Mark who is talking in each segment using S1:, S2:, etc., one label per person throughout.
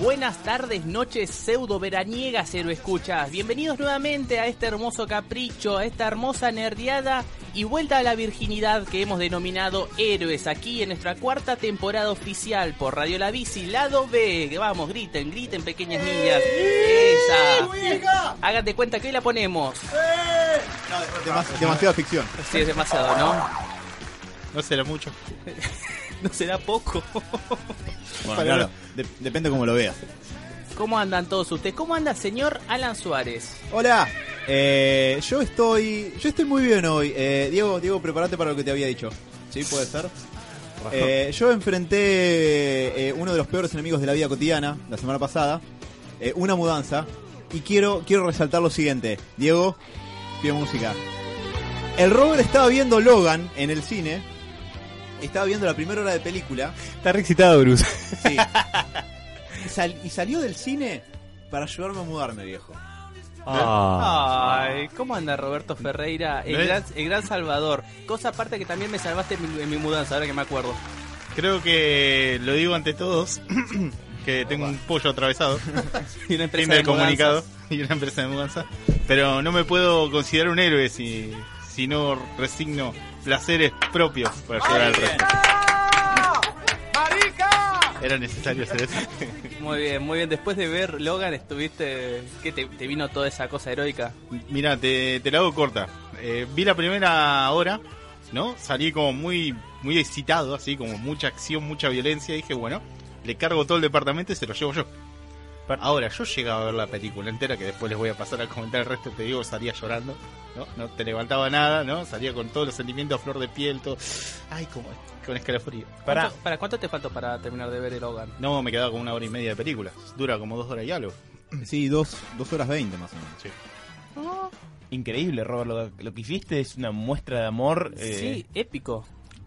S1: buenas tardes, noches, pseudo veraniegas, cero escuchas. Bienvenidos nuevamente a este hermoso capricho, a esta hermosa nerdeada y vuelta a la virginidad que hemos denominado héroes aquí en nuestra cuarta temporada oficial por Radio La Bici, lado B. Que Vamos, griten, griten, pequeñas niñas. Esa. Hagan de cuenta que hoy la ponemos.
S2: Ah,
S3: Demas- demasiada ficción.
S1: Sí, es demasiado, ¿no?
S2: No será mucho.
S1: No será poco.
S3: Bueno, claro, de- depende cómo lo veas.
S1: ¿Cómo andan todos ustedes? ¿Cómo anda señor Alan Suárez?
S3: Hola, eh, yo estoy yo estoy muy bien hoy. Eh, Diego, Diego, prepárate para lo que te había dicho. ¿Sí? ¿Puede ser? Eh, yo enfrenté eh, uno de los peores enemigos de la vida cotidiana la semana pasada, eh, una mudanza, y quiero, quiero resaltar lo siguiente. Diego, pide música. El Robert estaba viendo Logan en el cine, estaba viendo la primera hora de película,
S2: Está re excitado, Bruce.
S3: Sí. Y, sal- y salió del cine para ayudarme a mudarme, viejo.
S2: Ah.
S1: Ay, ¿cómo anda Roberto Ferreira? El,
S2: ¿No es?
S1: gran, el gran salvador. Cosa aparte que también me salvaste en mi, en mi mudanza, ahora que me acuerdo.
S2: Creo que lo digo ante todos, que tengo un pollo atravesado,
S1: Y una
S2: fin
S1: empresa de
S2: del comunicado
S1: mudanzas.
S2: y una empresa de mudanza. Pero no me puedo considerar un héroe si, si no resigno placeres propios para ayudar al resto. Era necesario hacer eso.
S1: Muy bien, muy bien. Después de ver Logan, estuviste. ¿Qué te, te vino toda esa cosa heroica?
S2: Mira, te, te la hago corta. Eh, vi la primera hora, ¿no? Salí como muy, muy excitado, así como mucha acción, mucha violencia. Y dije, bueno, le cargo todo el departamento y se lo llevo yo. Ahora, yo llegaba a ver la película entera, que después les voy a pasar a comentar el resto, te digo, salía llorando, ¿no? No te levantaba nada, ¿no? Salía con todos los sentimientos a flor de piel, todo. Ay, como con escalofrío.
S1: Pará. ¿Para cuánto te faltó para terminar de ver el Logan?
S2: No, me quedaba como una hora y media de película. Dura como dos horas y algo.
S3: Sí, dos, dos horas veinte más o menos.
S2: Sí.
S4: Increíble, Robert. Lo, lo que hiciste es una muestra de amor. eh,
S1: Sí, épico.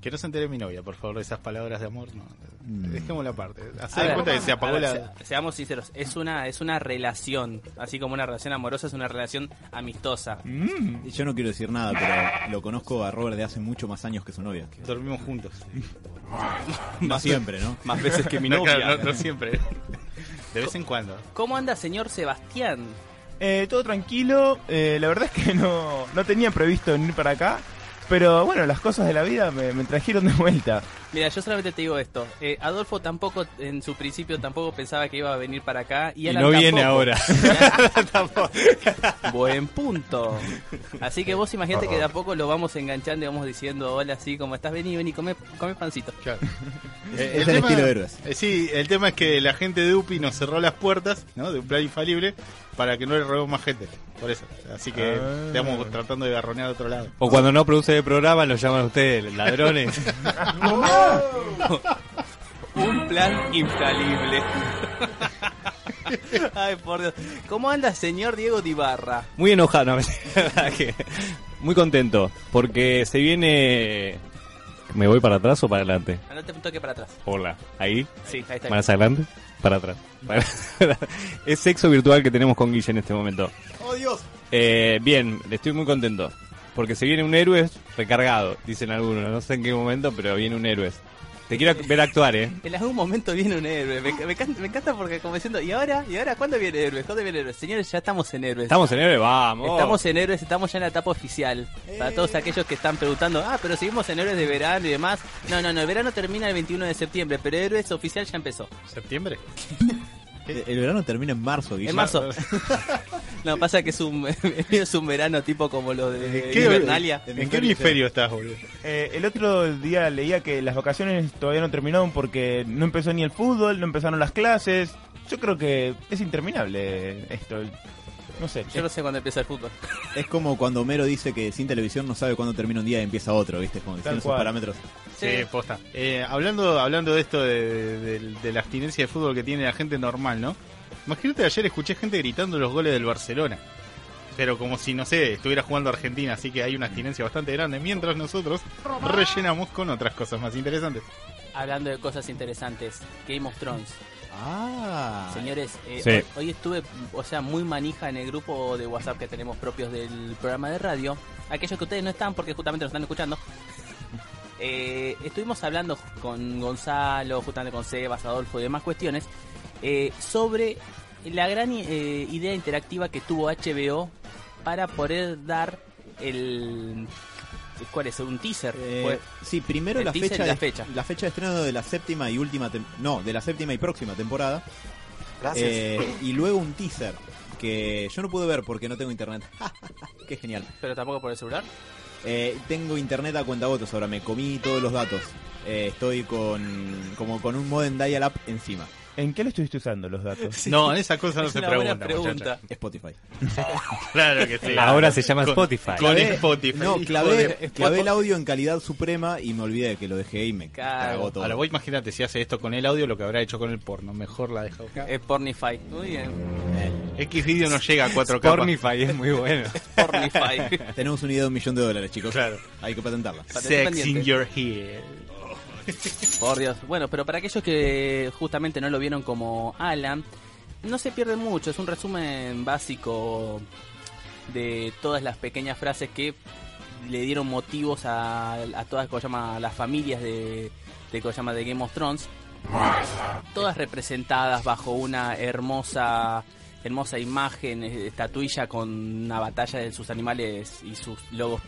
S2: Que no se entere mi novia, por favor, de esas palabras de amor. No.
S3: Mm.
S2: Dejémosla aparte.
S1: A
S2: Haced de
S1: ver,
S2: cuenta que se apagó
S1: a ver,
S2: la.
S1: se- seamos sinceros, es una, es una relación. Así como una relación amorosa, es una relación amistosa.
S2: Mm.
S3: Y Yo no quiero decir nada, pero lo conozco a Robert de hace mucho más años que su novia.
S2: Dormimos juntos.
S3: No siempre, ¿no?
S1: Más veces que mi
S2: No,
S1: novia.
S2: claro, no, no siempre. De vez en cuando.
S1: ¿Cómo anda señor Sebastián?
S4: eh, todo tranquilo. eh, la verdad es que no, no tenía previsto venir para acá. Pero bueno, las cosas de la vida me, me trajeron de vuelta.
S1: Mira, yo solamente te digo esto. Eh, Adolfo tampoco, en su principio, tampoco pensaba que iba a venir para acá. Y, Alan tampoco. Buen punto. Así que vos imagínate que de a poco lo vamos enganchando y vamos diciendo, hola, así como estás, vení, vení, come, come pancito.
S2: Claro.
S3: es el estilo de héroes.
S2: eh, sí, el tema es que la gente de UPI nos cerró las puertas ¿no? de un plan infalible para que no le robemos más gente. Por eso. Así que
S4: Ah.
S2: estamos tratando de garronear a otro lado.
S5: O cuando no produce el programa, los llaman a ustedes ladrones.
S1: Un plan infalible. Ay, por Dios. ¿Cómo anda señor Diego Dibarra?
S5: Muy enojado, no, la verdad que muy contento, porque se viene... ¿Me voy para atrás o para adelante?
S1: Andate un toque para atrás.
S5: Hola, ahí,
S1: Sí, Mm. ahí está.
S5: más adelante, para atrás. para- es sexo virtual que tenemos con Guille en este momento.
S3: ¡Oh, Dios!
S5: Eh, bien, estoy muy contento, porque se viene un héroe recargado, dicen algunos, no sé en qué momento, pero viene un héroe. Te quiero ver actuar, ¿eh?
S1: En algún momento viene un héroe. Me, me can- me encanta porque como diciendo, ¿y ahora? ¿Y ahora cuándo viene héroe? ¿Cuándo viene héroe? Señores, ya estamos en héroes.
S5: ¿Estamos en héroe? Vamos.
S1: Estamos en héroes, estamos ya en la etapa oficial. Para todos aquellos que están preguntando, ah, pero seguimos en héroes de verano y demás. No, no, no, el verano termina el 21 de septiembre, pero héroes oficial ya empezó.
S2: ¿Septiembre?
S3: El verano termina en marzo, Guillermo.
S1: En marzo. no, pasa que es un, es un verano tipo como lo de
S2: ¿Qué-
S1: Invernalia.
S3: de-
S2: ¿En qué hemisferio estás, boludo?
S4: Eh, el otro día leía que las vacaciones todavía no terminaron porque no empezó ni el fútbol, no empezaron las clases. Yo creo que es interminable esto. No sé.
S1: Yo no sé cuándo empieza el fútbol.
S3: Es como cuando Homero dice que sin televisión no sabe cuándo termina un día y empieza otro, ¿viste? Como diciendo
S4: Tal
S3: sus
S4: cual.
S3: parámetros.
S2: Sí, posta. Eh, hablando, hablando de esto, de, de- de la abstinencia de fútbol que tiene la gente normal, ¿no? Imagínate, ayer escuché gente gritando los goles del Barcelona. pero como si, no sé, estuviera jugando Argentina, así que hay una abstinencia bastante grande, mientras nosotros rellenamos con otras cosas más interesantes.
S1: Hablando de cosas interesantes, Game of Thrones.
S3: Ah.
S1: Señores, eh,
S5: Sí.
S1: hoy, hoy estuve, o sea, muy manija en el grupo de WhatsApp que tenemos propios del programa de radio. Aquellos que ustedes no están porque justamente nos están escuchando. Eh, estuvimos hablando con Gonzalo, justamente con Sebas, Adolfo y demás cuestiones eh, sobre la gran eh, idea interactiva que tuvo HBO para poder dar el... ¿Cuál es? ¿Un teaser?
S3: Eh,
S1: Fue-
S3: sí, primero
S1: el
S3: la
S1: teaser
S3: fecha,
S1: y la
S3: de,
S1: fecha.
S3: la fecha de estreno de la séptima y última tem- no, de la séptima y próxima temporada. Eh, y luego un teaser que yo no pude ver porque no tengo internet. Qué genial.
S1: Pero tampoco por el celular.
S3: Eh, tengo internet a cuentagotos ahora, me comí todos los datos. Eh, estoy con como con un modem dial up encima.
S4: ¿En qué le estuviste usando los datos?
S2: No, esa cosa no
S1: es
S2: se
S1: una
S2: pregunta.
S1: buena pregunta.
S2: muchacha.
S3: Spotify.
S2: Claro que sí.
S5: Ahora se llama
S2: Con-
S5: Spotify.
S2: Con
S1: Eh,
S3: Clavé-
S2: Spotify.
S3: No,
S2: hijo de-
S3: clavé, clavé el audio en calidad suprema y me olvidé que lo dejé y me
S1: Claro.
S3: cagó todo.
S2: Ahora vos imagínate si hace esto con el audio lo que habrá hecho con el porno. Mejor la deja acá.
S1: Es Pornify. Muy bien.
S2: X video no llega a 4K.
S5: Pornify es muy bueno.
S1: Pornify.
S3: Tenemos una idea de un millón de dólares, chicos.
S2: Claro.
S3: Hay que patentarla.
S2: Sex in
S1: pendiente.
S2: your head.
S1: Por Dios. Bueno, pero para aquellos que justamente no lo vieron como Alan, no se pierde mucho. Es un resumen básico de todas las pequeñas frases que le dieron motivos a, a todas ¿cómo se llama? las familias de, de, ¿cómo se llama? de Game of Thrones. Todas representadas bajo una hermosa hermosa imagen, eh, estatuilla con una batalla de sus animales y sus logos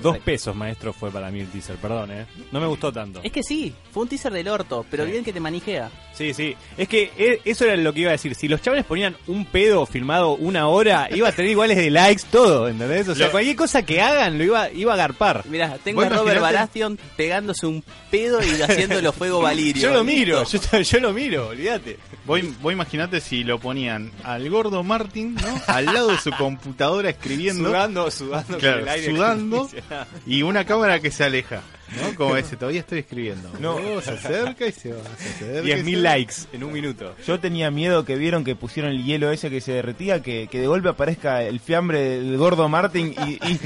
S5: Dos pesos, maestro, fue para mí el teaser, perdón, ¿eh? No me gustó tanto.
S1: Es que sí, fue un teaser del orto, pero
S5: Sí.
S1: bien que te manijea.
S5: Sí, sí. Es que e- eso era lo que iba a decir. Si los chavales ponían un pedo filmado una hora, iba a tener iguales de likes todo, ¿entendés? O sea,
S2: Lo-
S5: cualquier cosa que hagan lo iba, iba a garpar.
S1: Mirá, tengo
S2: ¿Vos
S1: a Robert
S2: imaginate?
S1: Baratheon pegándose un pedo y haciéndolo fuego valirio.
S5: Yo lo miro, yo, yo lo miro, olvídate.
S2: Vos, vos imaginate si lo ponían al gordo Martin, ¿no? Al lado de su computadora escribiendo
S5: Sudando, sudando
S2: Claro,
S5: con el aire.
S2: sudando. y una cámara que se aleja, ¿no? Como ese, todavía estoy escribiendo.
S4: No.
S2: Oh, se acerca y se va. se acerca y
S5: 10.000
S2: se va.
S5: likes en un minuto.
S4: Yo tenía miedo que vieron que pusieron el hielo ese que se derretía, que, que de golpe aparezca el fiambre del gordo Martin y... y-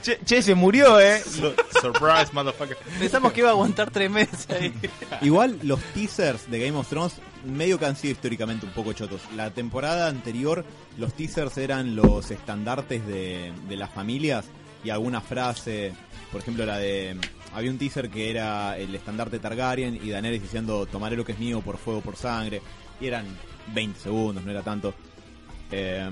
S4: che, che, se murió, ¿eh?
S2: So- surprise, motherfucker.
S1: Pensamos que iba a aguantar tres meses ahí.
S3: Igual los teasers de Game of Thrones medio que han sido históricamente un poco chotos. La temporada anterior los teasers eran los estandartes de, de las familias y alguna frase, por ejemplo la de... Había un teaser que era el estandarte Targaryen y Daenerys diciendo tomaré lo que es mío por fuego, por sangre. Y eran 20 segundos, no era tanto. Eh,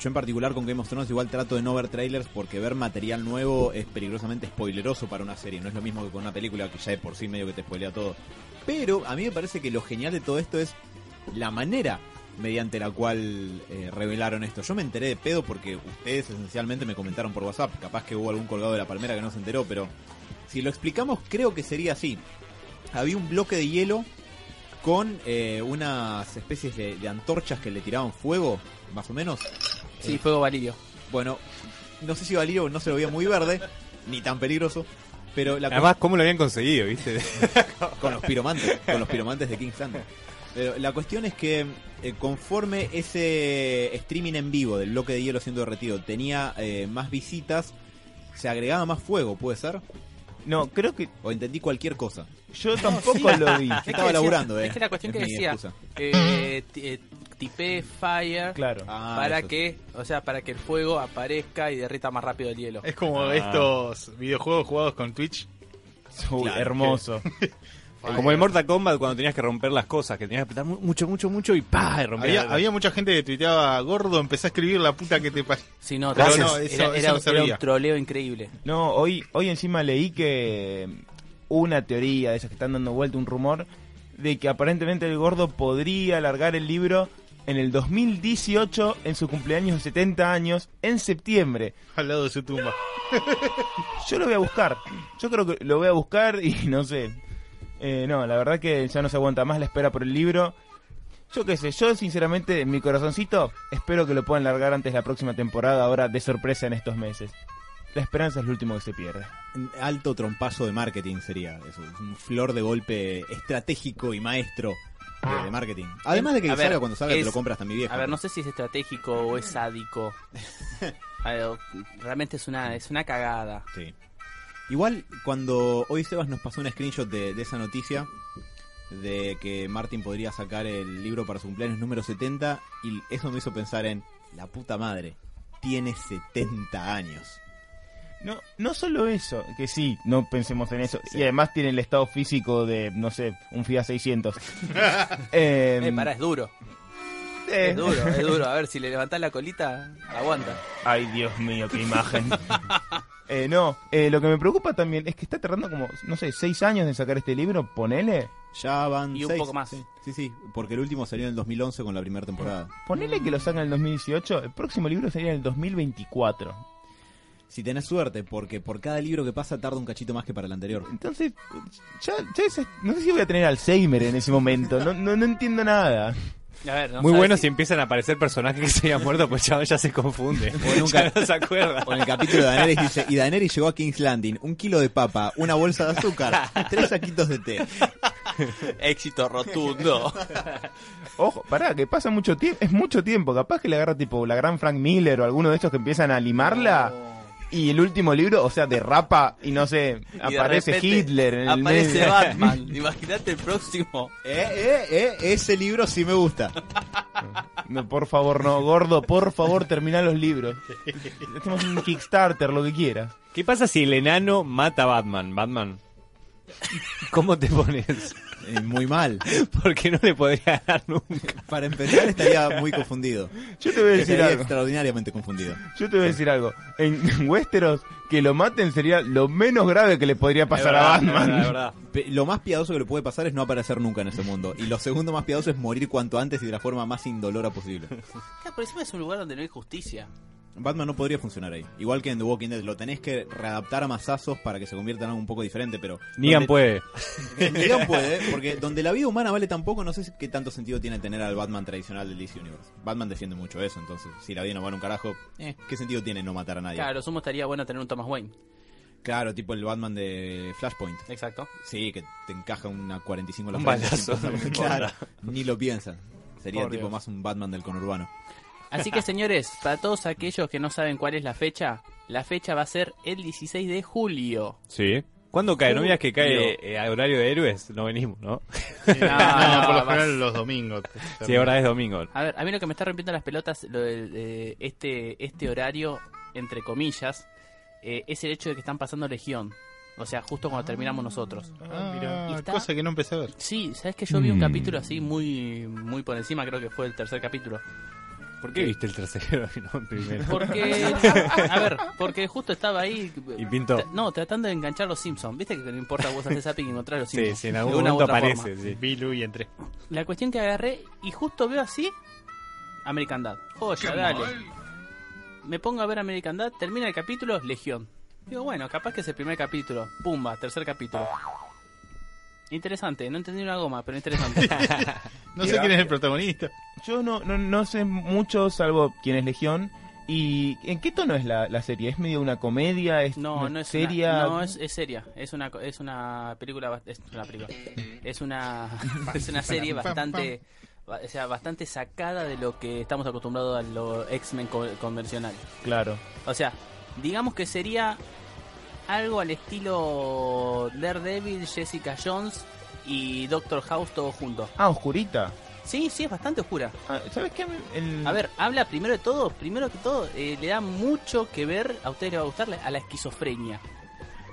S3: yo en particular con Game of Thrones igual trato de no ver trailers porque ver material nuevo es peligrosamente spoileroso para una serie. No es lo mismo que con una película que ya de por sí medio que te spoilea todo. Pero a mí me parece que lo genial de todo esto es la manera mediante la cual eh, revelaron esto. Yo me enteré de pedo porque ustedes esencialmente me comentaron por WhatsApp. Capaz que hubo algún colgado de la palmera que no se enteró, pero si lo explicamos creo que sería así. Había un bloque de hielo con eh, unas especies de, de antorchas que le tiraban fuego, más o menos.
S1: Sí, fuego valirio.
S3: Bueno, no sé si Valirio no se lo veía muy verde, ni tan peligroso, pero la
S5: Además, ¿cómo lo habían conseguido, viste?
S3: con los piromantes, con los piromantes de King's Landing. Pero la cuestión es que eh, conforme ese streaming en vivo del bloque de hielo siendo derretido tenía eh, más visitas, se agregaba más fuego, ¿puede ser?
S4: No, creo que
S3: O entendí cualquier cosa.
S4: yo tampoco lo vi.
S1: Es que
S3: estaba
S1: decía-
S3: laburando, eh.
S1: Es que la cuestión
S3: Es
S1: que
S3: mi
S1: decía,
S3: excusa.
S1: eh, t- eh, tipé fire
S4: Claro.
S3: Ah,
S1: para
S3: eso.
S1: que, o sea, para que el fuego aparezca y derrita más rápido el hielo.
S2: Es como
S5: Ah.
S2: estos videojuegos jugados con Twitch.
S4: Uy, eh,
S2: Claro,
S4: hermoso.
S5: Como el Mortal Kombat cuando tenías que romper las cosas, que tenías que apretar mu- mucho, mucho, mucho y ¡pa!
S2: Había,
S5: rompías.
S2: había mucha gente que tuiteaba, gordo, empecé a escribir la puta que te parió.
S1: Si no,
S2: Pero
S1: era-
S2: no, eso-
S1: era,
S2: eso
S1: era-
S2: no
S1: era
S2: servía.
S1: un troleo increíble.
S4: No, hoy, hoy encima leí que una teoría de esas que están dando vuelta, un rumor, de que aparentemente el gordo podría alargar el libro en el 2018, en su cumpleaños de 70 años, en septiembre.
S2: al lado de su tumba.
S4: Yo lo voy a buscar. Yo creo que lo voy a buscar y no sé. Eh, no, la verdad que ya no se aguanta más la espera por el libro. Yo qué sé, yo sinceramente, en mi corazoncito, espero que lo puedan largar antes de la próxima temporada, ahora de sorpresa en estos meses. la esperanza es lo último que se pierde.
S3: Alto trompazo de marketing sería. Es un flor de golpe estratégico y maestro de, de marketing. Además de que
S1: Eh, A
S3: salga
S1: ver,
S3: cuando salga te
S1: es-
S3: lo compras hasta mi vieja.
S1: A ver, no sé si es estratégico o es sádico. A ver, realmente es una, es una cagada.
S3: Sí. Igual, cuando hoy Sebas nos pasó un screenshot de, de esa noticia de que Martin podría sacar el libro para su cumpleaños número 70 y eso me hizo pensar en la puta madre, tiene 70 años.
S4: No, no solo eso, que sí, no pensemos en eso. Y además tiene el estado físico de, no sé, un FIA 600. Eh,
S1: Eh, pará, es duro.
S4: eh,
S1: Es duro, es duro. A ver, si le levantás la colita, aguanta.
S4: Ay, Dios mío, qué imagen. Eh, no, eh, lo que me preocupa también es que está tardando como, no sé, seis años de sacar este libro, ponele.
S3: Ya van
S1: Y un
S3: seis.
S1: poco más.
S3: Sí, sí, sí, porque el último salió en el 2011 con la primera temporada.
S4: Ponele que lo sacan en el 2018, el próximo libro sería en el 2024.
S3: Si tenés suerte, porque por cada libro que pasa tarda un cachito más que para el anterior.
S4: Entonces, ya, ya es- no sé si voy a tener Alzheimer en ese momento, no, no, no entiendo nada.
S1: A ver, no
S5: Muy
S1: sabes
S5: bueno si
S1: si-
S5: empiezan a aparecer personajes que se habían muerto, pues chaval ya se confunde.
S3: O nunca-
S5: Ya no se acuerda.
S3: O en el capítulo de Daenerys dice, y Daenerys llegó a King's Landing, un kilo de papa, una bolsa de azúcar, tres saquitos de té.
S1: Éxito rotundo.
S4: Ojo, pará, que pasa mucho tiempo, es mucho tiempo, capaz que le agarra tipo la gran Frank Miller o alguno de estos que empiezan a limarla. Y el último libro, o sea, derrapa y no sé,
S1: Y de
S4: aparece
S1: repente
S4: Hitler en el
S1: Aparece
S4: medio.
S1: Batman. Imagínate el próximo.
S3: Eh, eh, eh, ese libro sí me gusta.
S4: No, por favor, no, gordo, por favor, termina los libros. Hacemos un Kickstarter, lo que quieras.
S5: ¿Qué pasa si el enano mata a Batman? Batman, ¿cómo te pones?
S3: Eh, muy mal.
S5: Porque no le podría ganar nunca.
S3: Para empezar estaría muy confundido.
S4: Yo te voy a decir
S3: Estaría
S4: algo.
S3: extraordinariamente confundido.
S4: Yo te voy a decir algo. En Westeros, que lo maten sería lo menos grave que le podría pasar a
S5: Es verdad,
S4: Batman.
S5: es verdad, es verdad.
S3: Pe- Lo más piadoso que le puede pasar es no aparecer nunca en ese mundo. Y lo segundo más piadoso es morir cuanto antes y de la forma más indolora posible.
S1: Claro, pero encima es un lugar donde no hay justicia.
S3: Batman no podría funcionar ahí. Igual que en The Walking Dead, lo tenés que readaptar a mazazos para que se convierta en algo un poco diferente, pero...
S5: Negan
S3: donde-
S5: puede.
S3: Negan puede, porque donde la vida humana vale tan poco, no sé si- qué tanto sentido tiene tener al Batman tradicional del DC Universe. Batman defiende mucho eso, entonces, si la vida no vale un carajo, eh, ¿qué sentido tiene no matar a nadie?
S1: Claro, sumo estaría bueno tener un Thomas Wayne.
S3: Claro, tipo el Batman de Flashpoint.
S1: Exacto.
S3: Sí, que te encaja una 45 en la
S5: Un
S3: frente,
S5: balazo,
S3: sin
S5: no
S3: pasar-
S5: me
S3: Claro,
S5: importa.
S3: ni lo piensa. Sería
S4: Por
S3: tipo
S4: Dios.
S3: más un Batman del conurbano.
S1: Así que señores, para todos aquellos que no saben cuál es la fecha, la fecha va a ser el 16 de julio.
S5: Sí. ¿Cuándo cae? ¿No miras que cae
S1: Julio.
S5: eh, a horario de héroes? No venimos, ¿no?
S2: No, por
S1: vas-
S2: lo general los domingos. te-
S5: Sí, ahora es domingo.
S1: A ver, a mí lo que me está rompiendo las pelotas, lo del, eh, este, este horario, entre comillas, eh, es el hecho de que están pasando Legión. O sea, justo cuando terminamos nosotros.
S2: Ah, mira,
S1: Y está-
S2: cosa que no empecé a ver.
S1: Sí, sabes que yo
S5: Mm.
S1: vi un capítulo así muy, muy por encima, creo que fue el tercer capítulo. Eh,
S5: ¿Por qué viste el tercero y no el primero?
S1: Porque, a ver, porque justo estaba ahí.
S5: Y pintó.
S1: tra- No, tratando de enganchar los Simpsons. Viste que no importa vos haces zapping y encontrar los
S5: Sí,
S1: Simpsons.
S5: sí, en algún
S1: De una u
S5: momento
S1: otra forma.
S5: aparece. sí.
S2: Vi Lu y entré.
S1: La cuestión que agarré y justo veo así American Dad. Joya, dale. Me pongo a ver American Dad, termina el capítulo, Legión. Digo, bueno, capaz que es el primer capítulo. Pumba, tercer capítulo. Interesante, no entendí una goma, pero interesante.
S2: No sé quién es el protagonista.
S4: Yo no, no, no sé mucho, salvo quién es Legión. ¿Y en qué tono es la, la serie? ¿Es medio una comedia? ¿Es
S1: No,
S4: una
S1: no es
S4: seria?
S1: Una, no, es, eh, es seria. Es una, co- es una película. bast- Es una película. Es una, es una serie bastante. ba- O sea, bastante sacada de lo que estamos acostumbrados a lo X-Men co- convencional.
S4: Claro.
S1: O sea, digamos que sería algo al estilo Daredevil, Jessica Jones y Doctor House todos juntos.
S4: Ah, oscurita.
S1: Sí, sí, es bastante oscura.
S4: Ah, ¿Sabes qué? El-
S1: A ver, habla primero de todo, primero que todo, eh, le da mucho que ver, a ustedes les va a gustar, a la esquizofrenia.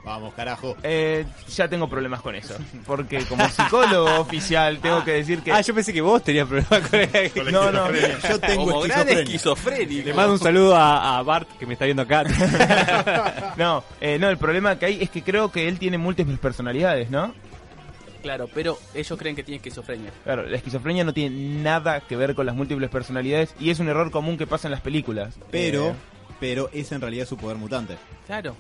S3: Vamos, carajo.
S4: Eh, ya tengo problemas con eso. Porque como psicólogo oficial tengo que decir que...
S5: Ah, yo pensé que vos tenías problemas con el...
S4: no, no.
S3: Yo tengo esquizofrenia.
S1: esquizofrénico.
S5: Le mando un saludo a, a Bart que me está viendo acá.
S4: No, eh, no, el problema que hay es que creo que él tiene múltiples personalidades, ¿no?
S1: Claro, pero ellos creen que tiene esquizofrenia.
S4: Claro, la esquizofrenia no tiene nada que ver con las múltiples personalidades y es un error común que pasa en las películas.
S3: Pero,
S4: Eh,
S3: pero es en realidad su poder mutante.
S1: Claro.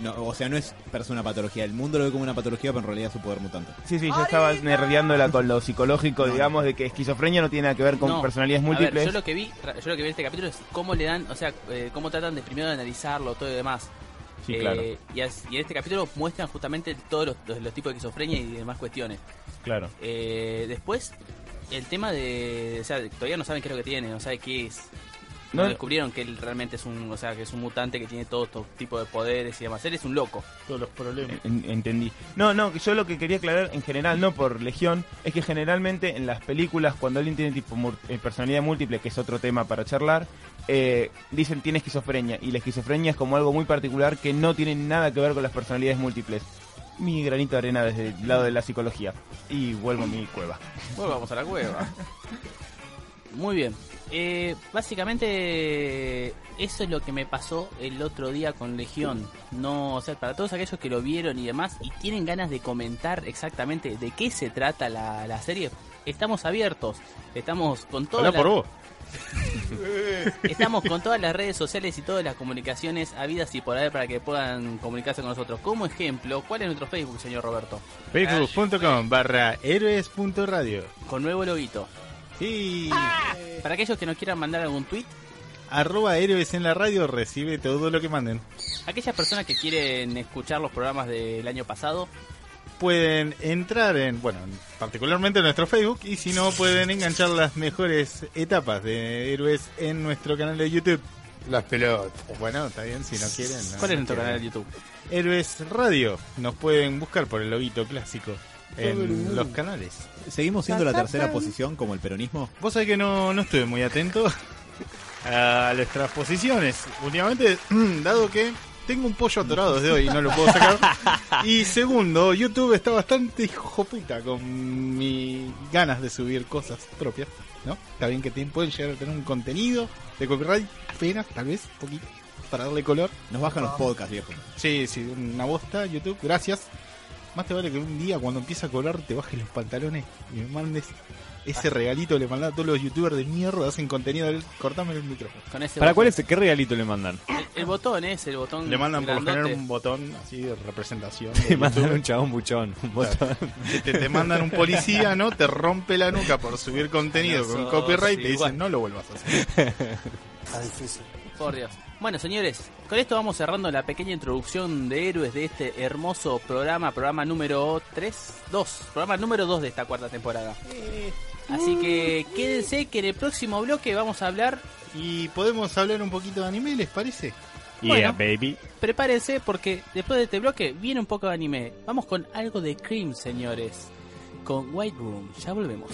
S3: No, o sea, no es per se una patología. El mundo lo ve como una patología, pero en realidad es su poder mutante.
S4: sí, sí, yo estaba nerdeándola con lo psicológico,
S3: No.
S4: digamos, de que esquizofrenia no tiene nada que ver con
S1: No,
S4: personalidades
S1: a ver,
S4: múltiples.
S1: yo lo que vi, yo lo que vi en este capítulo es cómo le dan, o sea, eh, cómo tratan de primero de analizarlo, todo y demás.
S4: Sí, claro.
S1: y, as- y en este capítulo muestran justamente todos los, los- los tipos de esquizofrenia y demás cuestiones.
S4: Claro.
S1: Eh, después, el tema de. O sea, todavía no saben qué es lo que tiene, no saben qué es. No,
S4: No.
S1: descubrieron que él realmente es un, o sea, que es un mutante que tiene todo estos tipos de poderes y demás. Él es un loco.
S6: Todos los problemas.
S4: En- entendí. No, no, yo lo que quería aclarar en general, no por Legión, es que generalmente en las películas, cuando alguien tiene tipo mur- eh, personalidad múltiple, que es otro tema para charlar, eh, dicen tiene esquizofrenia. Y la esquizofrenia es como algo muy particular que no tiene nada que ver con las personalidades múltiples. Mi granito de arena desde el lado de la psicología. Y vuelvo a mi cueva.
S1: Bueno, vamos a la cueva. Muy bien. Eh, básicamente eso es lo que me pasó el otro día con Legión. No, o sea, para todos aquellos que lo vieron y demás y tienen ganas de comentar exactamente de qué se trata la, la serie, estamos abiertos. Estamos con todas
S2: Habla
S1: las-
S2: por vos.
S1: estamos con todas las redes sociales y todas las comunicaciones habidas y por haber para que puedan comunicarse con nosotros. Como ejemplo, ¿cuál es nuestro Facebook, señor Roberto?
S2: Facebook.com barra héroes.radio.
S1: Con nuevo loguito.
S2: Sí.
S6: Ah.
S1: Para aquellos que nos quieran mandar algún tweet,
S2: Arroba héroes en la radio recibe todo lo que manden.
S1: Aquellas personas que quieren escuchar los programas del año pasado,
S2: Ah, Pueden entrar en, bueno, particularmente en nuestro Facebook y si no pueden enganchar las mejores etapas de héroes en nuestro canal de YouTube.
S6: Las pelotas.
S2: Bueno, está bien si no quieren. no,
S1: ¿cuál es
S2: no
S1: nuestro
S2: quieren.
S1: canal de YouTube?
S2: Héroes Radio. Nos pueden buscar por el loguito clásico en los canales.
S3: ¿Seguimos siendo la tercera posición como el peronismo?
S2: Vos sabés que no, no estuve muy atento a nuestras posiciones. Últimamente, dado que tengo un pollo atorado desde hoy y no lo puedo sacar. Y segundo, YouTube está bastante hijopita con mis ganas de subir cosas propias. ¿no? Está bien que te- pueden llegar a tener un contenido de copyright apenas, tal vez, poquito, para darle color.
S3: Nos bajan los podcasts, viejo.
S2: Sí, sí, una bosta, YouTube, gracias. Más te vale que un día cuando empiece a cobrar te bajes los pantalones y me mandes ese regalito que le mandás a todos los youtubers de mierda, hacen contenido, cortame el micrófono.
S1: Con ese
S5: ¿Para
S1: botón.
S5: cuál es? ¿Qué regalito le mandan?
S1: El, el botón es el botón.
S2: Le mandan por lo
S1: grandote.
S2: general un botón así de representación.
S5: Te mandan un chabón buchón. un botón.
S2: te, te- te mandan un policía, ¿no? Te rompe la nuca por subir contenido con
S1: Sos
S2: copyright y te
S1: igual.
S2: dicen no lo vuelvas a hacer.
S1: Por Dios. Bueno, señores, con esto vamos cerrando la pequeña introducción de héroes de este hermoso programa, programa número 3, 2, programa número 2 de esta cuarta temporada. Así que quédense que en el próximo bloque vamos a hablar,
S2: Y podemos hablar un poquito de anime, ¿les parece?
S5: Yeah,
S1: Bueno.
S5: baby.
S1: prepárense porque después de este bloque viene un poco de anime. Vamos con algo de Cream, señores. Con White Room, ya volvemos.